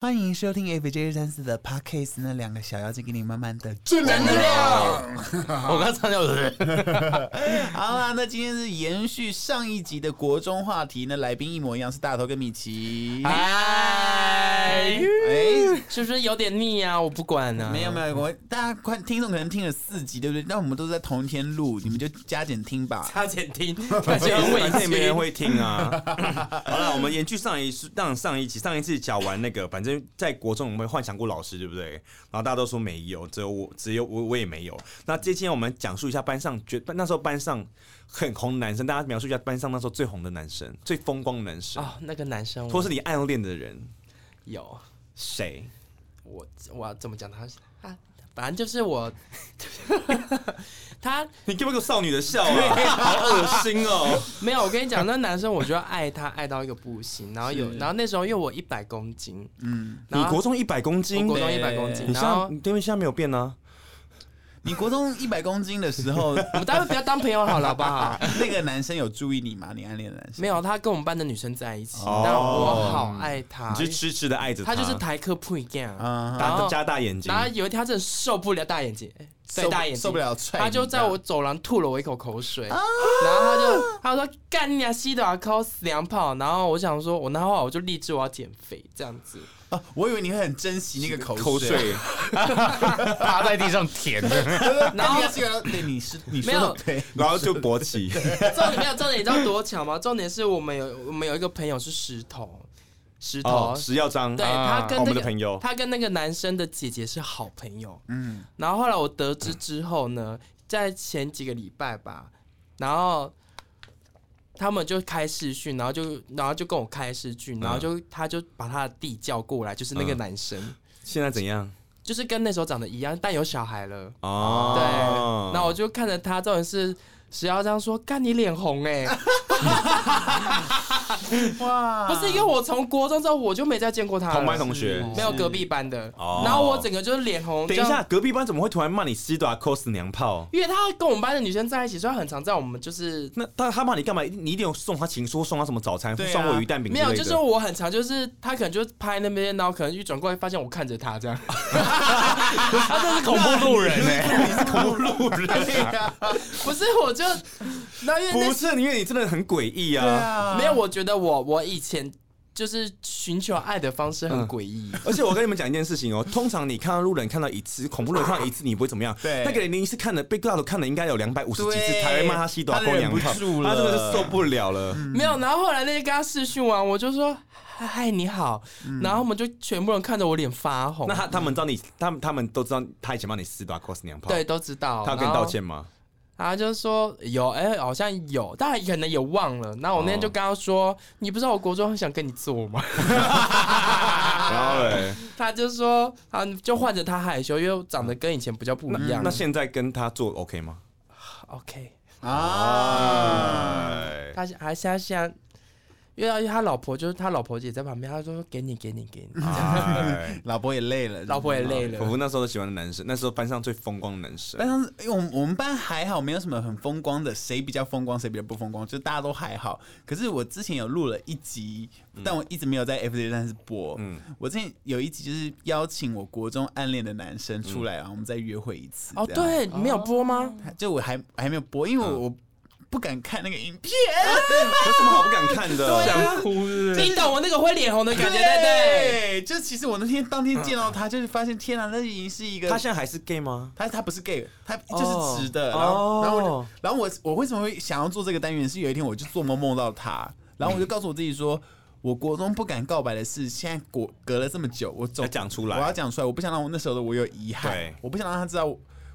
欢迎收听 FJ 三四的 Podcast，那两个小妖精给你慢慢的正能量。我刚唱掉了。好啦，那今天是延续上一集的国中话题，那来宾一模一样，是大头跟米奇。嗨，哎，是不是有点腻啊？我不管呢、啊。没有没有，我大家观听众可能听了四集，对不对？但我们都是在同一天录，你们就加减听 吧。他简听，他简很委反正屈。也没 人会听啊。 好了，我们延续上一次，让上一期上一次讲完那个，反正在国中我们幻想过老师，对不对？然后大家都说没有，只有我，只有我，我也没有。那这期我们讲述一下班上，觉那时候班上很红的男生，大家描述一下班上那时候最红的男生，最风光的男生，哦，那个男生我，或是你暗恋的人，有谁？我，我要怎么讲他？他反正就是我， 他你给不给我少女的笑啊？ 好恶心哦！没有。我跟你讲，那男生我就爱他爱到一个不行。然后有，然后那时候因为我一百公斤，嗯，你然后国中一百公我斤，国中对一百公斤，你现然后在你因为现在没有变啊呢、你国中一百公斤的时候，我们待会不要当朋友 好了，好不好？ 那个男生有注意你吗？你暗恋的男生没有，他跟我们班的女生在一起，哦但我好爱他你，是痴痴的爱着他就是台客 p g a m 啊，然大后加大眼睛然，后有一天他真的受不了大眼睛，哎对受大眼睛受不，了踹你，他就在我走廊吐了我一口口水，然后他就他说干你啊，西的啊，抠死娘炮。然后我想说，我那话我就立志我要减肥这样子，啊，我以为你会很珍惜那个口口水。趴在地上舔，然然后后对 你是你没有说的对，然后就勃 起，重点没有重点，你知道多巧吗？ 重点是我们有我们有一个朋友是石头，石头哦，石耀章，对啊他跟我那们的个朋友，他跟那个男生的姐姐是好朋友，嗯，然后后来我得知之后呢，在前几个礼拜吧，然后他们就开视讯，然后就然后就跟我开视讯，然后就、他就把他的弟叫过来，就是那个嗯男生，现在怎样？就是跟那时候长得一样，但有小孩了。哦，对，那、我就看着他，重点是石耀章说：“干你脸红 哎、哇不是因为我从国中之后我就没再见过他了，同班同学。没有隔壁班的，哦然后我整个就是脸红。等一这样下，隔壁班怎么会突然骂你西多 cos 娘炮？因为他跟我们班的女生在一起，所以他很常在我们就是那他他骂你干嘛？你一定有送他情书，送他什么早餐，对啊送我鱼蛋饼没之类有，就的。是我很常就是他可能就拍那边，然后可能一转过来发现我看着他这样， 他真是恐怖路人哎、路人不是我就，那因为不那是，因为你真的很诡异对啊。啊，没有，我觉得我我以前就是寻求爱的方式很嗯诡异，而且我跟你们讲一件事情哦，通常你看到路人看到一次，恐怖路人看到一次，你不会怎么样。对那个人你是看了被大头看了应该有两百五十几次对才会骂他西多他忍 cos 娘炮，不住了他真的是受不了了。没有。然后后来那天跟他视讯完，我就说嗨嗨你好，然后我们就全部人看着我脸发红嗯那，他他们知道你，他们他们都知道他以前骂你西多 cos 娘炮，对，都知道。他有跟你道歉吗？然后就说有，哎、好像有，但可能也忘了。然后我那天哦就跟他说，你不知道我国中很想跟你做吗？然后嘞，他就说，啊，就换着他害羞，因为长得跟以前比较不一样。嗯那现在跟他做 OK 吗？ OK，啊，哎，他还现在现在，因为他老婆就是他老婆也在旁边，他说给你给你给你，嗯 老婆也累了， 老婆也累哎我啊了。哦我那时候都喜欢的男生，那时候班上最风光的男生但。是因为我们我们班还好，没有什么很风光的，谁比较风光，谁比较不风光，就大家都还好。可是我之前有录了一集，但我一直没有在 FJ 站是播。嗯嗯，我之前有一集就是邀请我国中暗恋的男生出来，然后我们再约会一次。哦，这样，对，没有播吗？就我还还没有播，因为我我不敢看那个影片。有什么好不敢看 哦啊的？哦想哭是你懂我那个会脸红的感觉，对对，就其实我那天当天见到他，就是发现天啊，那已经是一个他现在还是 gay 吗？他他不是 gay，他就哦是直的。然后，哦然后我就，然后我我为什么会想要做这个单元？是有一天我就做梦梦到他，然后我就告诉我自己说，我国中不敢告白的事，现在隔隔了这么久，我总要讲出来我要讲出来，我不想让我那时候的我有遗憾对，我不想让他知道，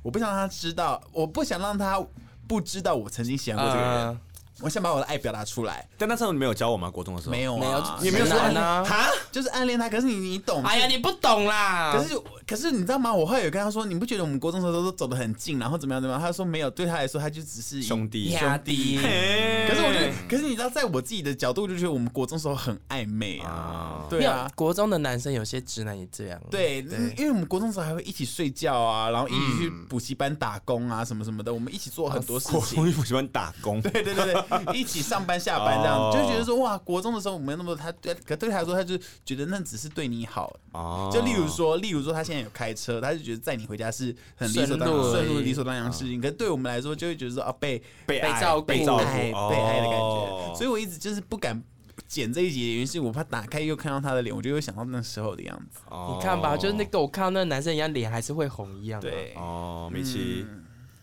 我不想让他知道，我不想让他不知道我曾经喜对。欢过这个啊人，嗯我想把我的爱表达出来。但那时候你没有教我吗？国中的时候没有、啊，没有也也没没有有说说暗恋暗恋哎他，就是暗恋他。可是你你懂，哎呀，你不懂啦！可是我可是你知道吗？我后来有跟他说，你不觉得我们国中的时候都走得很近，然后怎么样怎么样？他说没有，对他来说，他就只是一兄弟兄弟。嘿可是我觉得，可是你知道，在我自己的角度，就觉得我们国中时候很暧昧啊啊，对没啊有，国中的男生有些直男也这样。，对，嗯因为我们国中时候还会一起睡觉啊，然后一起去补习班打工啊，什么什么的，我们一起做很多事我情。我喜欢打 工，对对对对，一起上班下班这样，哦就觉得说哇，国中的时候我们那么多，他对，可对他来说，他就觉得那只是对你好。哦就例如说，例如说他现在有开车，他就觉得载你回家是很理所当然、顺路而已顺路、理所当然的事情。可是对我们来说，就会觉得说啊，被被被爱照顾嗯被照顾、哦爱、被爱的感觉。所以以我一直就是不敢剪这一集的原因是，我怕打开又看到他的脸，我就会想到那时候的样子。哦你看吧，就是那个个我看到那个男生一样，脸还是会红一样、哦啊。，对，哦，米奇、嗯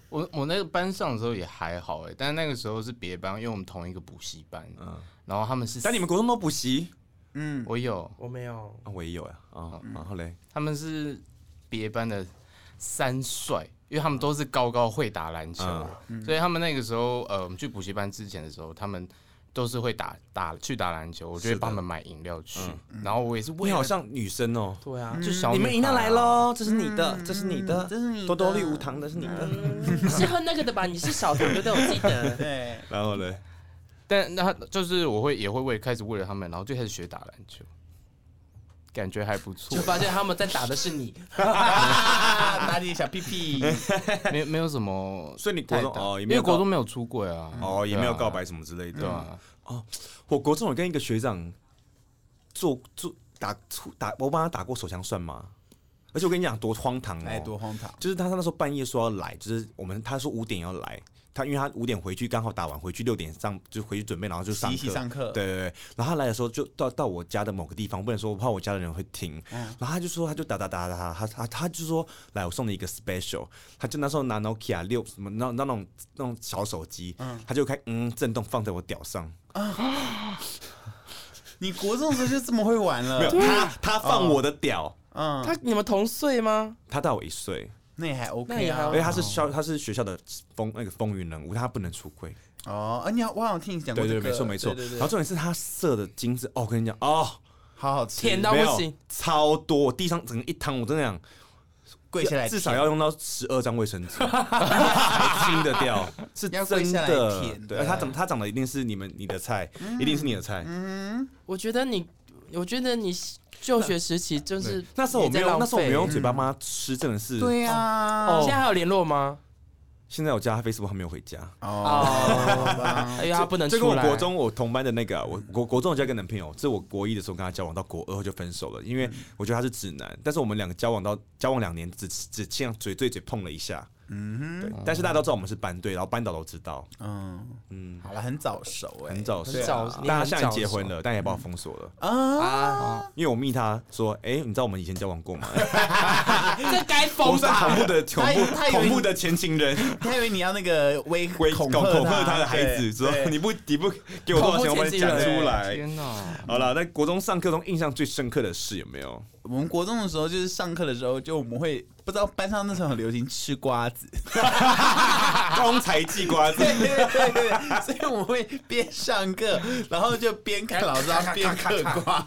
我我那个班上的时候也还好哎、但那个时候是别班，因为我们同一个补习班，嗯然后他们是，但你们国中都补习嗯，我有，我没有。啊？我也有呀，啊，然后嘞，他们是别班的三帅，因为他们都是高高会打篮球，嗯所以他们那个时候，呃，我们去补习班之前的时候，他们都是会打打去打篮球，我就会帮他们买饮料去，然后我也是为嗯你了好像女生哦，对啊，就小你们女饮料孩啊来，喽，这是你的，这是你的，嗯这是你的嗯多多绿无糖的是你的，是喝那个的吧？你是少糖对不对？我记得。对， 然后嘞，但那就是我会也会为开始为了他们，然后就开始学打篮球，感觉还不错就，发现他们在打的是你，打你小屁屁，哦没没有什么所以你国太中大，哦，也因没为有国告中没有出柜啊，哦，也没有对啊告白什么之类的，对啊，我国中有跟一个学长做做打打，我帮他打过手枪算吗？而且我跟你讲多荒唐哎，哦，多荒唐！就是他那时候半夜说要来，就是我们他说五点要来，他因为他五点回去刚好打完回去六点上就回去准备，然后就上洗一洗课。上课，对对对，然后他来的时候就到到我家的某个地方，不能说我怕我家的人会听。嗯然后他就说，他就打打打打打，他他他就说，来我送你一个 special，他就那时候拿 Nokia 六什么那那种那种小手机，他就开嗯震动放在我屌上，你国中的时候就这么会玩没有了，他他放我的屌，嗯，他你们同岁吗？他大我一岁，那也还 OK，那也还啊而且他是校他是学校的风那个风云人物，他不能出柜。哦，啊，你好，我好像听你讲过对这对，个，没错没错。对对然后重点是他射的精致哦，我跟你讲哦，好好吃，舔到没不有行，超多，我地上整个一滩，我真的讲跪下来至少要用到十二张卫生 纸才清得掉，是要跪真下来的舔。对，啊对嗯他长他长得一定是你们你的菜，一定是你的菜。我觉得你，我觉得你就学时期就是那时候我没也在有，浪那时候我没有费用嘴巴帮他吃，真的是。对啊呀，现在还有联络吗？现在我加他 Facebook 还没有回家。哦，好 吧哎呀，他不能这出跟我来。国中我同班的那个啊、我国国中有交一个男朋友，这我国一的时候跟他交往，到国二后就分手了，因为嗯我觉得他是直男，但是我们两个交往到交往两年，只只这样嘴对嘴碰了一下，嗯哦对，但是大家都知道我们是班队，然后班导都知道，嗯，嗯，好了，很早熟哎，很早熟对啊早你很大家现在早结熟婚了，但也把我封锁了，啊，啊，因为我密他说，哎、你知道我们以前交往过 吗？这该我封是吧恐？怖的恐怖他他以为恐怖的前 情人，他以为你要那个威 为恐恐吓恐吓他的孩子，说对你不你不给我多少钱，我把你讲出来。天哪， 好了，在国中上课中印象最深刻的事有没有？我们国中的时候，就是上课的时候，就我们会不知道班上那时候很流行吃瓜子， 啊刚才记瓜子对对对对，所以我们会边上课，然后就边看老师，然后边嗑瓜。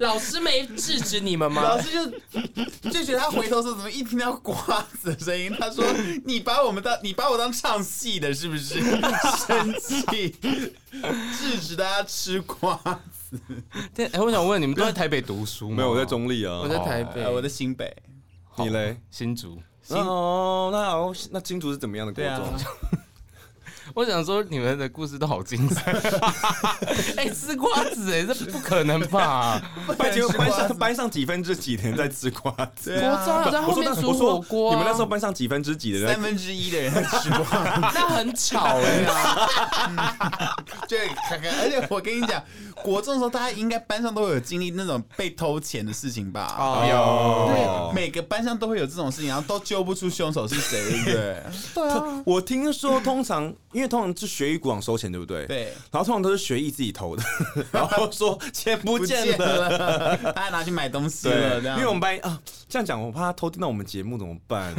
老师没制止你们吗老？师就就觉得他回头说，怎么一听到瓜子的声音，他说：“你把我们当你把我当唱戏的，是不是？” 生气，制止大家吃瓜。对，哎，我想问你们都在台北读书吗？没有，我在中立啊，我在台呃，我北，的新北，你嘞？新竹。哦，那好，那金竹是怎么样的国对啊中？我想说，你们的故事都好精 彩。哎、吃瓜子哎、这不可能吧？ 班结吃瓜班子 上班上几分之几的人在吃瓜子？对啊国中啊在后我说面那煮我说火锅啊你们那时候班上几分之几的三人？分之一的人在吃啊瓜。那很吵 哎、 对，看看，而且我跟你讲，国中的时候，大家应该班上都有经历那种被偷钱的事情吧？哦对，有。每个班上都会有这种事情，然后都揪不出凶手是谁，对不对？对啊，我听说通常，因为通常是学艺鼓掌收钱，对不对？。对，然后通常都是学艺自己投的，然后说钱不不见见了。 了，他还拿去买东西了，对，这样。因为我们班啊，这样讲我怕他偷听到我们节目怎么办？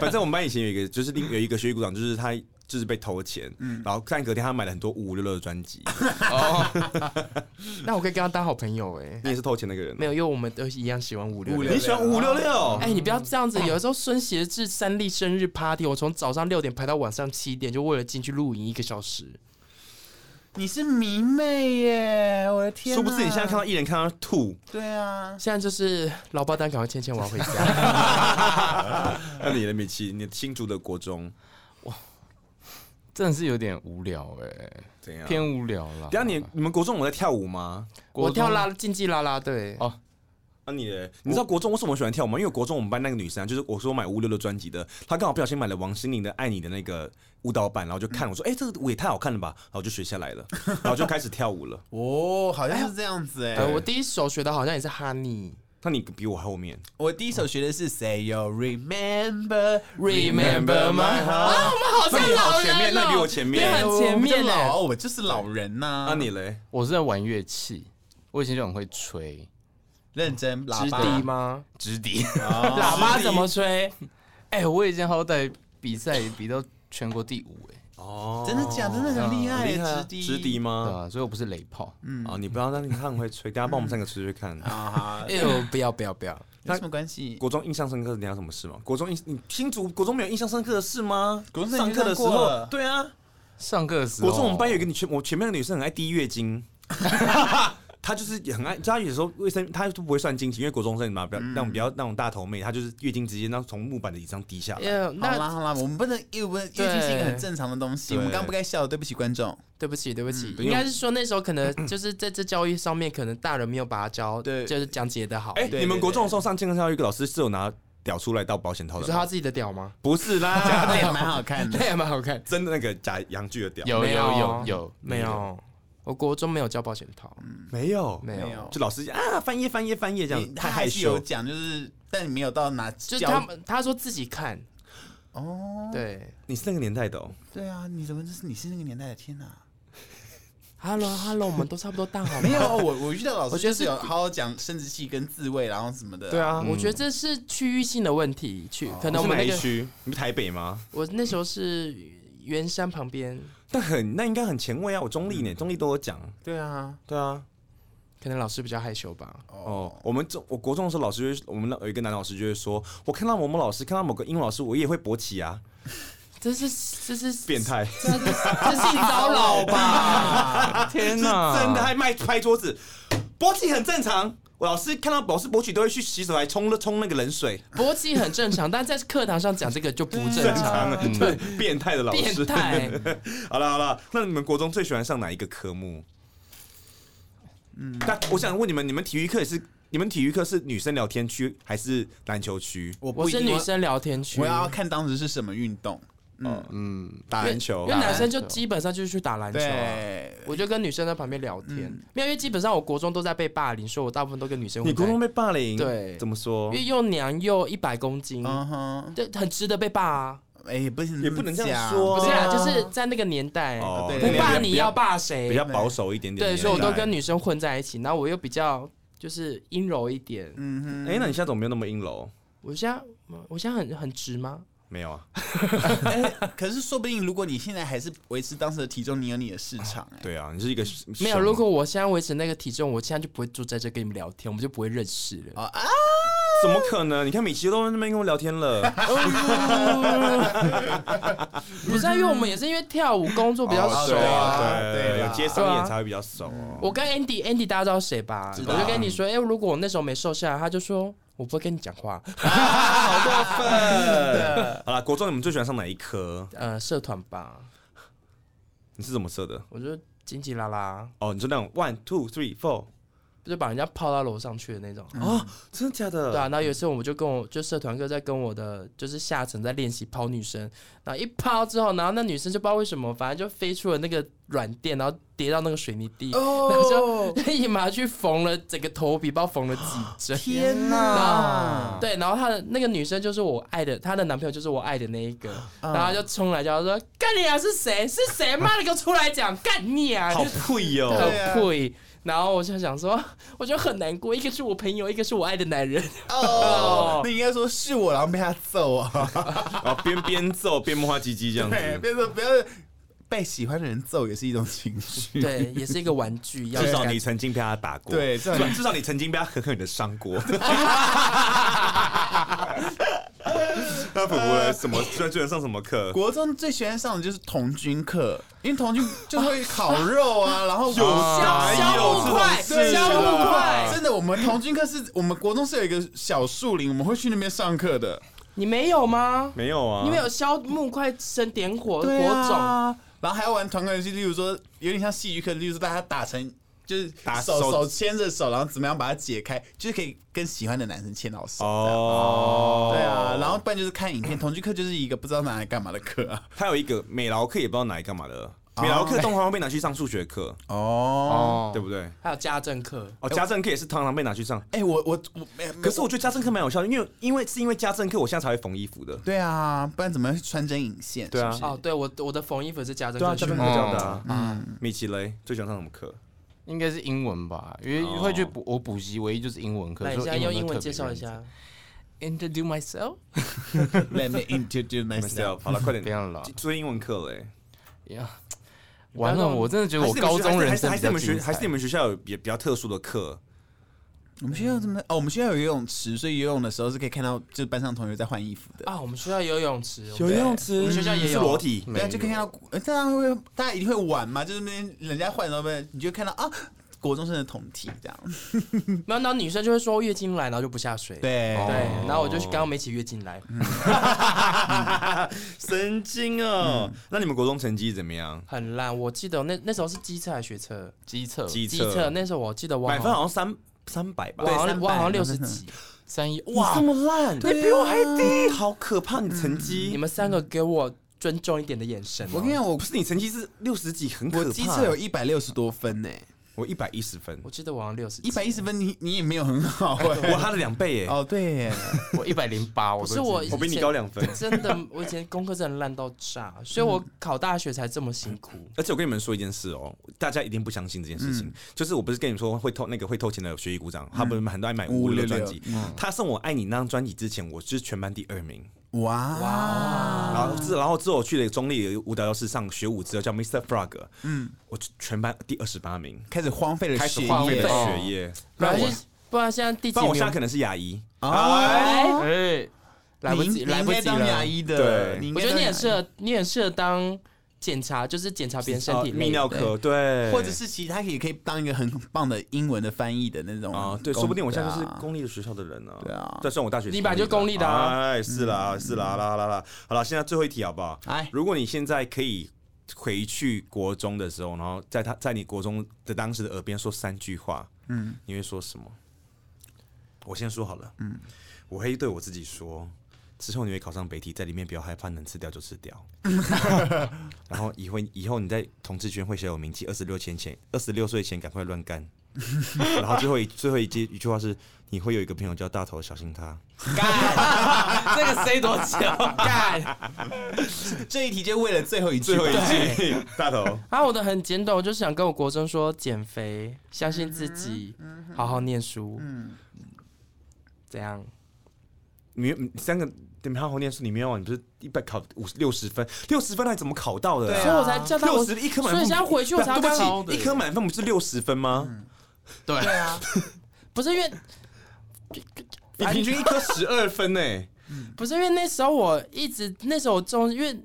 反正我们班以前有一个，就是另有一个学艺股长，就是他就是被偷钱，然后但隔天他买了很多五五六六的专辑，那我可以跟他当好朋友欸哎。你也是偷钱那个人没，有，因为我们都一样喜欢五六五六六。你喜欢五五六六哎、？你不要这样子！有的时候孙协志三立生日 party，我从早上六点排到晚上七点，就为了进去露营一个小时。你是迷妹耶！我的天、啊，殊不知你现在看到艺人看到吐，对啊，现在就是老包单，赶快签签，我要回 家。那你的米奇，你的新竹的国中真的是有点无聊哎，怎样？偏无聊了。等一下你你们国中我在跳舞吗？我国中跳啦竞技啦啦队，哦啊你嘞，你知道国中为什么我喜欢跳舞吗？因为国中我们班那个女生啊、就是我说我买五六六专辑的，她刚好不小心买了王心凌的《爱你》的那个舞蹈版，然后就看我说，哎、这个舞也太好看了吧，然后我就学下来了，然后就开始跳舞了。哦，好像是这样子哎、呃，我第一首学的好像也是哈尼。那你比我后面，我第一首学的是 Say You Remember Remember my heart 啊，哎好像老人哦那你好前面那比我前哎面哦很前面欸呢、老，我就是老人呐、那、啊你嘞？我是在玩乐器，我以前就很会吹啊认真喇直叭哦笛吗？直笛，喇叭怎么 吹？ 哎、我以前好歹比赛也比到全国第五哎、哦真的假的？真的很厉害耶，直嗯笛笛，啊直笛嗯对吗？啊，所以我不是雷炮，啊、你不要让你看很会吹，等下帮我们三个吹吹看。啊哈 哎，呦，不要不要不要！有什么关系？国中印象深刻，你要什么事吗？国中印你新竹国中没有印象深刻的事吗？国中上课的时已经上过候了，对啊，上课的时候，国中我们班有一个女前我前面的女生很爱滴月经， 她就是也很爱，她有时候卫生她都不会算经期，因为国中生嘛，比较那种比较那种大头妹，她就是月经直接那从木板的椅上滴下哎来。呦，好那啦好啦，我们不能，因为我们月经是一个很正常的东西，对我们刚刚不该笑，对不起观众。对不起对不起，嗯不用应该是说那时候可能就是在这教育上面，可能大人没有把他教，对就是讲解的好。哎、哎，对你们国中的时候上健康教育课，老师是有拿屌出来到保险套你的说吗？他自己的屌 吗？ 不是啦， 那也蛮好看的那。也蛮好看。真的那个假洋具的屌有没有有有有没有，我国中没有教保险套，没有？ 没有嗯没有就老师啊翻页翻页翻页这你样，他太还害是有羞。讲，就是但你没有到哪就教是他们他说自己看，哦。对你是那个年代的哦，对啊，你怎么就是你是那个年代的？天哪！ ，Hello Hello，我们都差不多大好吗 没有，啊我我遇到老我师觉就得是是有好好讲生殖器跟自慰，然后什么的。对啊，啊，我觉得这是区域性的问题，去哦可你能我是们哪那一个区？你是台北吗？我那时候是圆山旁边，但很那应该很前卫啊！我中立呢，中立都有讲。对啊，对啊，可能老师比较害羞吧。哦，我们中我国中的时候，老师就会，我们那有一个男老师就会说，我看到某某老师，看到某个英文老师，我也会勃起啊，这是这是变态，这是这是性骚扰 吧？天是真的，还卖拍桌子，勃起很正常。我老师看到老师勃起都会去洗手台冲了冲那个冷水，勃起很正常，但在课堂上讲这个就不正正常，常啊，对，变态的老变师。态。好了好了，那你们国中最喜欢上哪一个科目？嗯，那我想问你们，你们体育课也是，你们体育课是女生聊天区还是篮球区？我不我一是定女，生聊天区，我要看当时是什么运动。嗯，嗯，打篮球因为打篮男生球就基本上就是去打篮球啊。对，我就跟女生在旁边聊天，嗯没有，因为基本上我国中都在被霸凌，所以我大部分都跟女生你混在国一中起。被霸凌，对怎么说因？为又娘又一百公斤，哦嗯哼，这很值得被霸啊！哎，也不行，也不能这样讲说不是啊，对啊就是在那个年代，哦对不对对霸你要霸，霸比谁较？保守一点点。对，所以我都跟你。女生混在一起，然后我又比较就是阴柔一点。嗯哼，哎，那你现在怎么没有那么阴柔？我现在我现在很很直吗？没有啊，可是说不定如果你现在还是维持当时的体重，你有你的市场哎。对啊，你是一个没有，什么如果我现在维持那个体重，我现在就不会坐在这跟你们聊天，我们就不会认识了。哦啊，怎么可能？你看米奇都在那边跟我聊天了， 不是、啊，因为我们也是因为跳舞工作比较哦熟对啊。啊，对对，啦有接商演才会比较熟。哦我跟 Andy，Andy 大家知道谁吧？知我道就跟你说，哎、如果我那时候没瘦下来，他就说我不会跟你讲话。啊啊好过分！好了，国中你们最喜欢上哪一科？呃，社团吧，你是怎么设的？我就紧紧拉拉，哦，你说那种 one two three four 就把人家泡到楼上去的那种。哦，真的假的？对啊，，然后有一次我们就跟我就社团课在跟我的就是下层在练习抛女生，然后一抛之后，然后那女生就不知道为什么，反正就飞出了那个软垫，然后跌到那个水泥地，然哦 后就立马去缝了整个头皮，不知道缝了几针。天然后！对，对，然后她的那个女生就是我爱的，她的男朋友就是我爱的那一个，然后她就冲来叫她说：“干你啊，是谁？是谁？妈的，给我出来讲！干你啊！”好就是配哦哟、很对啊配。然后我就想说， 我就很难过，一个是我朋友，一个是我爱的男人。 哦，那应该说是我，然后被他揍啊，然后哦边边揍边摸他鸡鸡这样对，子。变成不要被喜欢的人揍也是一种情绪， 对，也是一个玩具，要至少感你曾经被他打过，对至至少少你至少你曾经被他狠狠的 伤过。那普普呢什么？最最能上什么课？国中最喜欢上的就是童军课，因为童军就会烤肉啊，然后啊哪有这种事消木啊块真的，我们童军课是我们国中是有一个小树林，我们会去那边上课的。你没有吗？没有啊，你没有消木块生点火火对种，啊，然后还要玩团康游戏，例如说有点像戏剧课，例如说大家打成就是打手手手牵着手，然后怎么样把它解开，就是可以跟喜欢的男生牵到手。哦。对啊，然后不然就是看影片，童军课就是一个不知道拿来干嘛的课啊。还有一个美劳课，也不知道拿来干嘛哦的。美劳课通常被拿去上数学课，哦，哦对，不对？还有家政课。哦，家政课也是常常被拿去上。哎，我我我，没可是我觉得家政课蛮有效的，因为因为是因为家政课，我现在才会缝衣服的。对啊，不然怎么会穿针引线？对啊是不是哦，对哦我我的缝衣服是家政对啊，课家去政的，课教的啊。嗯，米奇雷最喜欢上什么课？应该是英文吧，因为哦会去补我补习，唯一就是英文课。那你所以现在都用英文特别介绍认一真下。 ，introduce myself， Let me introduce myself。好了，快点不，要了追英文课嘞。呀。不要完了，弄我真的觉得还我是你们高学中人还是生还比是你较们学精还是你彩。们学校有比比较特殊的课我们学校怎么？哦，我们学校有游泳池，所以游泳的时候是可以看到，就是班上同学在换衣服的。啊，我们学校也有游泳池，我们池嗯我们学校也是有裸体，对啊，就可以看到，呃大家会，大家一定会玩嘛，就是那边人家换，然后你就看到啊，国中生的同体这样。没有，然后女生就会说月经来，然后就不下水。对对哦，然后我就刚刚没起月经来，神经哦。那你们国中成绩怎么样？很烂。我记得那那时候是机测还是学测？机测机机测测那时候我记得我满分好好像三三百吧我？好像对我好像六十300几。三一哇，哇这，么烂，对啊你比我还低，好可怕！你成绩，嗯你们三个给我尊重一点的眼神哦。我跟你讲，我不是你成绩是六十几，很可我怕。机测有一百六十多分呢、我一百一十分我，记得我好像六十，一百一十分你你也没有很好哎、 我他的两倍耶，哦，对耶，我一百零八，我不都是我。记我比你高两分真的，我以前功课真的烂到炸，所以我考大学才这么辛苦。 而且我跟你们说一件事哦，大家一定不相信这件事情，就是我不是跟你们说会偷那个会偷钱的学艺股长，他们很多爱买五五六专辑五五，他送我爱你那张专辑之前，我是全班第二名。哇哇然后之然后之后去了中立舞蹈教室上学舞之后叫 Mr. Frog，嗯，我全班第二十八名，开始荒废了开始学业，荒废了对学哦业。不然我是不然现在第不几然我现在名可？能是牙医，啊，哎，来不及，你来不你及应该当牙了。医的，对你应我该觉得当你牙很医适合，你很适合当检查，就是检查别人身体呃类的泌尿科，对，或者是其他也可以当一个很棒的英文的翻译的那种啊，对，工说不定我现在就哦对是啊公立的学校的人呢。对啊但虽然我大学是你本来就公立的啊哎，是啦，是啦，啦啦啦，好了，现在最后一题好不好？哎如果你现在可以回去国中的时候，然后在他在你国中的当时的耳边说三句话，嗯，你会说什么？我先说好了，嗯，我会对我自己说。之后你会考上北体，在里面不要害怕，能吃掉就吃 掉。然后以后以后你在同志圈会小有名气，二十六前前二十六岁前赶快乱干。然后最后一最后一句一句话是，你会有一个朋友叫大头，小心他。干，这个塞多久？干，这一题就为了最后一句最吧，后一 句，大头，啊，我的很简短，我就想跟我国中说减肥，相信自己，好好念书。怎样？你你嗯三个你们好好念书，你没哦有，你不是一百考五十六十分，六十分那你怎么考到的、对所以啊我才叫他我六，十一科满所分，以现在回去我才要对看不起，一科满分不是六十分吗？嗯对，不是因为你平均一科十二分呢、不是因为那时候我一直那时候我重因为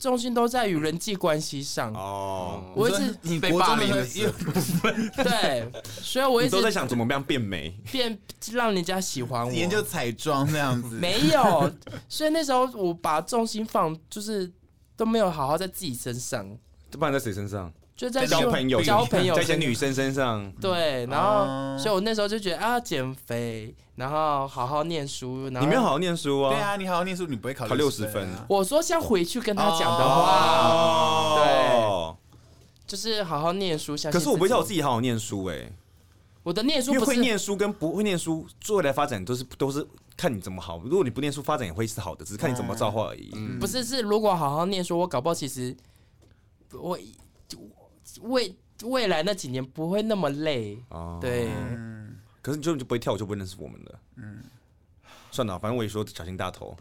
重心都在于人际关系上，哦，我一你直说你被国霸中的凌时候的时又 对，所以我一你直都在想怎么样变美。变让人家喜欢我。研究彩妆这样子，没有，所以那时候我把重心放就是都没有好好在自己身上，不然在谁身上？就在交朋友，交朋友在一些身上女生身上。对，然后、哦所以我那时候就觉得啊，减肥，然后好好念书，然后你没有好。好念书啊？ 对，啊，你好好念书，你不会考考60 60分啊我说像回去跟他讲的话，哦，就是好好念书。相信可是我不会自己叫我自己好好念书哎、我我的念书因为不会是念书跟不会念书，未来发展都是都是看你怎么好。如果你不念书，发展也会是好的，只是看你怎么造化而已。不是是如果好好念书，我搞不好其实我未未来那几年不会那么累。哦，对，可是你就你就不会跳，我就不会认识我们的。嗯，算了，反正我也说小心大头。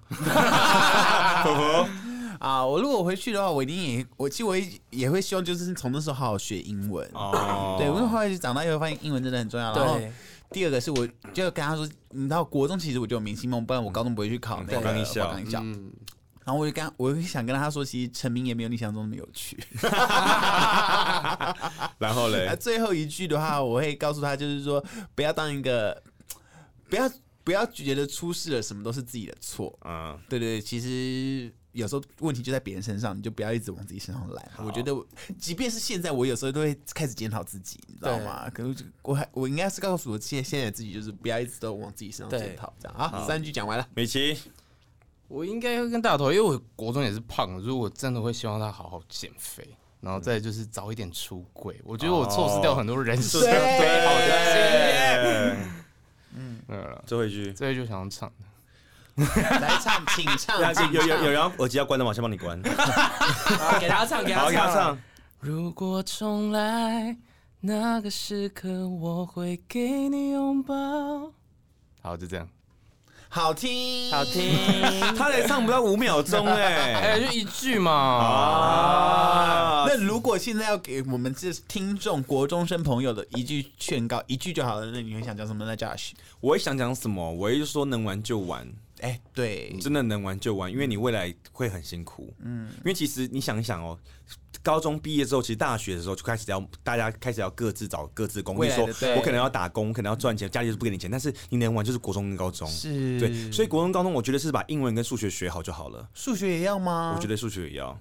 啊，我如果回去的话，我一定也，我其实我也也会希望，就是从那时候好好学英文。哦，对，因为后来就长大以后发现英文真的很重要。然后对，第二个是我就跟他说，你知道国中其实我就有明星梦，不然我高中不会去考那个嗯华冈艺校华冈艺校。嗯，然后我就跟他我就想跟他说，其实成名也没有你想象中那么有趣。然后那嘞， 最后一句的话，我会告诉他，就是说不要当一个，不要不要觉得出事了什么都是自己的错。嗯，对对，对其实有时候问题就在别人身上，你就不要一直往自己身上揽。我觉得我，即便是现在，我有时候都会开始检讨自己，你知道吗？可是我还我应该是告诉我现现在的自己，就是不要一直都往自己身上对检讨。这样啊，三句讲完了。美琪， 我应该会跟大头，因为我国中也是胖的，所以我真的会希望他好好减肥，然后再就是早一点出柜。我觉得我错失掉很多人生 对美好的经验。对，没有了，最后一句，这就想要唱。来唱，请唱，那请有有唱有人要耳机要关的吗？我先帮你关。好给大家唱，给好，大给家他唱。唱。如果重来，那个时刻我会给你拥抱。好，就这样。好 听，好听。他才唱不到五秒钟哎、哎。就一句嘛。啊，那如果现在要给我们这听众国中生朋友的一句劝告，一句就好了。那你会想讲什么呢，Josh？我会想讲什么？我会说能玩就玩，哎、对，真的能玩就玩，因为你未来会很辛苦。嗯，因为其实你想一想哦，高中毕业之后，其实大学的时候就开始要大家开始要各自找各自工，未你来说的对我可能要打工，可能要赚钱，家里就是不给你钱，但是你能玩就是国中跟高中。是嗯对，所以国中、高中，我觉得是把英文跟数学学好就好了。数学也要吗？、我觉得数学也要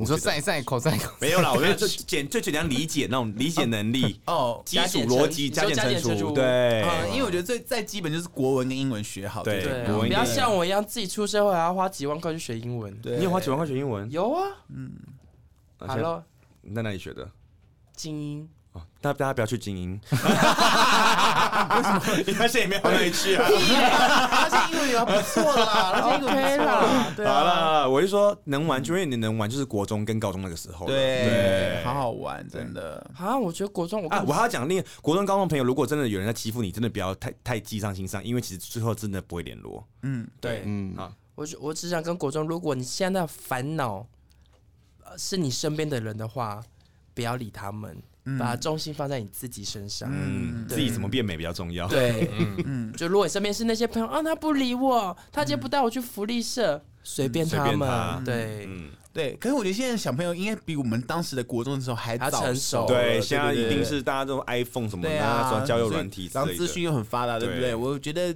你说赛赛口赛口， 没有啦，我觉得最简最简单理解那种理解能力哦， 基础逻辑、加加减减乘乘你说加减乘除除，啊对，嗯，因为我觉得最再基本就是国文跟英文学好。对对，啊国文不一定要像我一样自己出社会还要花几万块去学英文。对，你有花几万块学英文？有啊啊现在，Hello，你在哪里学的？精英。哦，大大家不要去精 英，为什么？你发现也没有到哪里去 啊？而且英文也要不错啦，而且英文不 OK 错啦，对好啊，啦，我就说能玩，就因为你能玩，就是国中跟高中那个时候了。对，好好玩，真的。啊，我觉得国中我啊根，我本还要讲另国中、高中朋友，如果真的有人在欺负你，真的不要太太记上心上，因为其实最后真的不会联络。嗯，对，嗯，好我只我只想跟国中，如果你现在的烦恼呃是你身边的人的话，不要理他们，把重心放在你自己身上。嗯，自己怎么变美比较重 要。对，嗯，就如果你身边是那些朋友啊，他不理我，他今天不带我去福利社，随便随他便们，他对，嗯，对。可是我觉得现在小朋友应该比我们当时的国中的时候还还早成熟了哦对，现在对一对定是大家都 iPhone 什么对的，啊，啊，交友软体之所以然后类资讯的。又很发达，对不对？对我觉得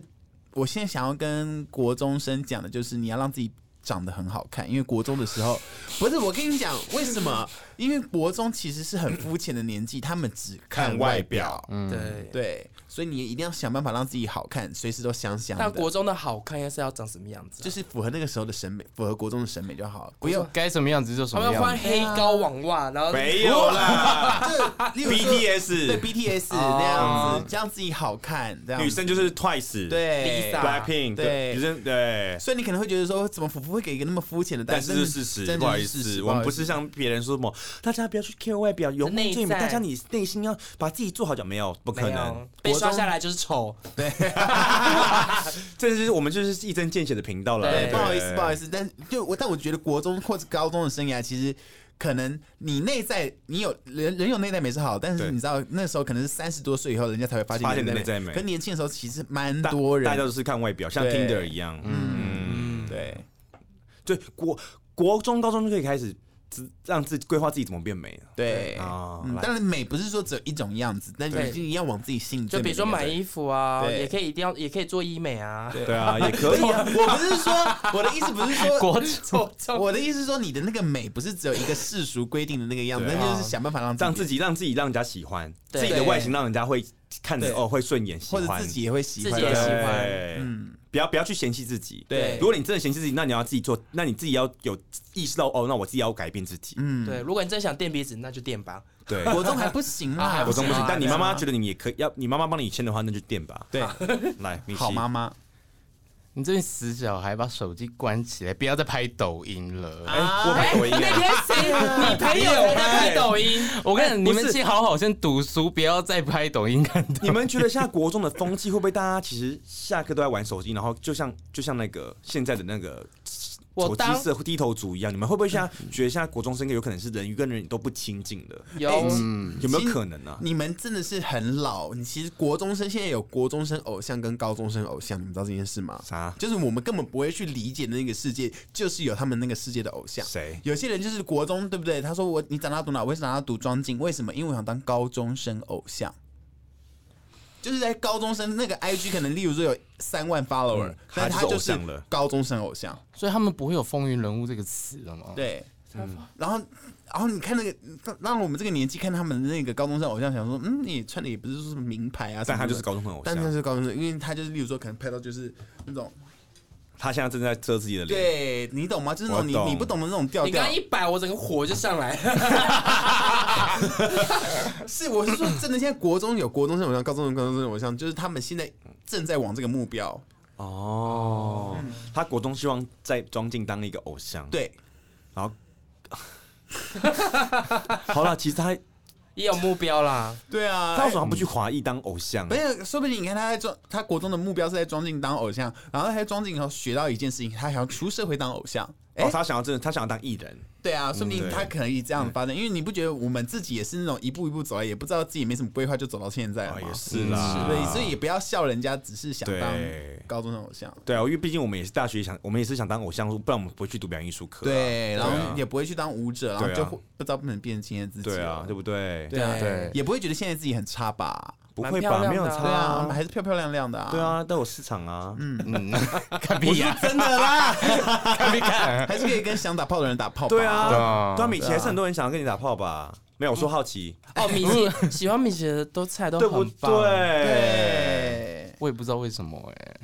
我现在想要跟国中生讲的就是，你要让自己。长得很好看，因为国中的时候，不是我跟你讲为什么？因为国中其实是很肤浅的年纪，他们只看看外表表，对。对，所以你一定要想办法让自己好看，随时都香香的。但国中的好看应该是要长什么样子啊、就是符合那个时候的审美，符合国中的审美就好了，不用。该什么样子就什他么们要样穿子。黑高网袜，然后没有 啦 例如说对，BTS BTS 那样子，这样自己好看，这样子女生就是 Twice，对 Lisa ，Blackpink，对女生对。所以你可能会觉得说，怎么福福会给一个那么肤浅的答但案？是是事实，真不好的意是事思，实。我们不好意思是像别人说什么，大家不要去 care 外表，有梦内最美。在大家你内心要把自己做好，就没有不可没能有。被刷下来就是丑，这是我们就是一针见血的频道了。对不好意思，不好意思，但就我，但我觉得国中或者高中的生涯，其实可能你内在你有人人有内在美是好，但是对你知道那时候可能是三十多岁以后，人家才会发现发现你有你内在美可年轻的时候其实蛮大多大家人都是看外表，像对 Tinder 一样。嗯，对对，国国中、高中就可以开始自让自己规划自己怎么变美了。对啊嗯来当然美不是说只有一种样子，但对你一定要往自己心里最就比美如的说那买个衣服啊，对也可以一定要，也可以做医美啊。 对啊，也可以人。啊。我我不是说我的意思不是 说国中我的意思是说，你的那个美不是只有一个世俗规定的那个样子，对啊那就是想办法让让自自己，己让自己让人家喜欢，对自己的外形让人家会看着对哦会顺眼喜或欢，者自己也会喜欢， 自己也喜欢对嗯，不要不要去嫌弃自己。对如果你真的嫌弃自己，那你要自己做，那你自己要有意识到哦，那我自己要改变自己。嗯，对，如果你真想垫鼻子，那就垫 吧。对，国中还不行啦，啊我中不行啊，但你妈妈对啊觉得你也可以，要你妈妈帮你签的话，那就垫吧。对，来，米奇好妈妈你这死小孩，把手机关起来，不要再拍抖音了。啊哎，我拍抖音 那啊，天谁？你朋友在拍抖音，我哎跟你讲，你不们是先好好先读书，不要再拍抖音看抖音。你们觉得现在国中的风气会不会大家其实下课都在玩手机，然后就像就像那个现在的那个我手机当社低头族一样？你们会不会现在觉得现在国中生有可能是人跟人都不亲近的？有嗯，有没有可能呢、啊你们真的是很老。你其实国中生现在有国中生偶像跟高中生偶像，你们知道这件事吗？啥？就是我们根本不会去理解的那个世界，就是有他们那个世界的偶像。谁？有些人就是国中，对不对？他说我你长大读哪？我也是长大读庄敬，为什么？因为我想当高中生偶像。就是在高中生那个 IG 可能，例如说有三万 follower，、嗯但他他就就是偶是像了哦高中生偶像。所以他们不会有“风云人物”这个词了吗？，对，然后然后你看那个，让让我们这个年纪看他们的那个高中生偶像，想说，嗯，你穿的也不是说什么名牌啊，但他什么的就是，高中生偶但他像，是高中生，因为他就是例如说可能拍到就是那种，他现在正在遮自己的脸。对你懂吗？就是那种我懂你你不懂的那种调你调刚。一摆，我整个火就上来了。是，我是说真的，现在国中有国中生偶像，高中有高中生偶像，就是他们现在正在往这个目标。哦，他国中希望在庄敬当一个偶像。，对，然后好了，其实他 也有目标啦，对啊，他为什哎么不去华裔当偶像？啊没有，说不定你看他在装，他国中的目标是在装进当偶像，然后他在装进以后学到一件事情，他想要出社会当偶像。哎、哦，他想要真的，他想要当艺人。对啊，说不定嗯对他可以这样发展，因为你不觉得我们自己也是那种一步一步走来，也不知道自己没什么规划就走到现在了啊，吗？也是啦，对，所以也不要笑人家只是想当对高中生偶像。对啊，因为毕竟我们也是大学想，我们也是想当偶像，不然我们不会去读表演艺术科、啊。对，然对啊后也不会去当舞者，然后对啊就会不知道不能变成今天的自己对啊了，对不对？对啊，对也不会觉得现在自己很差吧？不蛮会漂吧？亮的啊没有差对啊，还是漂漂亮亮的啊。对，啊，都有市场啊。嗯，嗯， 看屁啊哦呀， 真的啦，看屁 看。还是可以跟想打炮的人打炮吧。对对啊，啊对啊，米奇还是很多人想要跟你打炮吧？没有，我说好奇，哦，米奇喜欢米奇的都菜都对不很棒，对？对，我也不知道为什么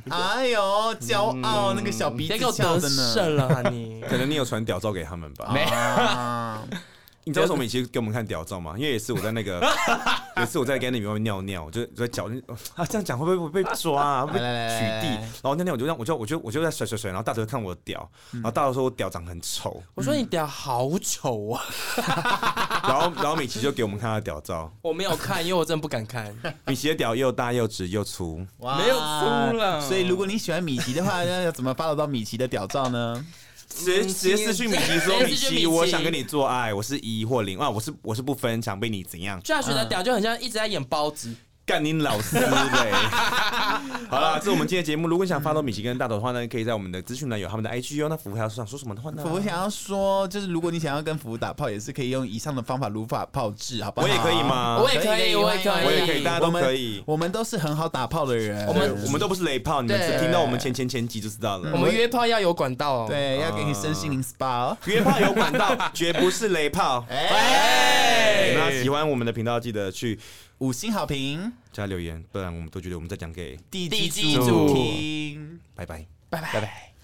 哎、哎呦，骄傲那个小鼻子别给我翘得的呢。胜了啊你！可能你有传屌照给他们吧？没啊，嗯你知道为什么米奇给我们看屌照吗？因为也是我在那 个，也是我在跟你们外面尿尿，我就我在脚啊这样讲会不会被抓啊？会被取来来来来缔来？然后那天我就让我就我就我就在甩甩甩，然后大头看我的屌，然后大头说我屌长得很丑，我说你屌好丑啊！ 然后然后米奇就给我们看他的屌照，我没有看，因为我真的不敢看。米奇的屌又大又直又粗，哇没有输了所以如果你喜欢米奇的话，那要怎么 follow 到米奇的屌照 呢？直接直接私讯米奇说直米接私讯米奇，奇我想跟你做爱，我是一或零啊，我是我是不分，想被你怎样朱亚学的屌就很像一直在演包子，干你老师嘞！好啦，这是我们今天的节目。如果你想发到米奇跟大头的话呢，可以在我们的资讯栏有他们的 IG 哦。那服务还有想说什么的话呢？我想要说，就是如果你想要跟服务打炮，也是可以用以上的方法如法炮制，好不好？我也可以？啊吗？我也可以，我也可以，我也可以，大家都可以。我们都是很好打炮的人，我们我们都不是雷炮，你们只对听到我们前前前集就知道了。我们约炮要有管道哦。，对要给你身心灵 SPA 哦。约炮有管道，绝不是雷炮。哎，那喜欢我们的频道，记得去五星好评，加留言，不然我们都觉得我们在讲给。第几第几组组听。拜拜。拜拜。拜拜。